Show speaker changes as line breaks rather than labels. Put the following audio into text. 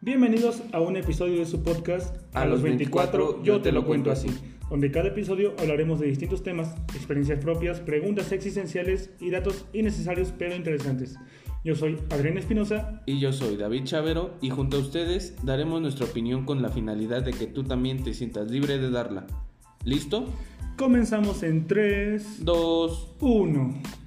Bienvenidos a un episodio de su podcast
A los 24,
yo te lo cuento así, donde cada episodio hablaremos de distintos temas, experiencias propias, preguntas existenciales y datos innecesarios pero interesantes. Yo soy Adrián Espinosa.
Y yo soy David Chavero y junto a ustedes daremos nuestra opinión con la finalidad de que tú también te sientas libre de darla. ¿Listo?
Comenzamos en 3,
Dos.
1.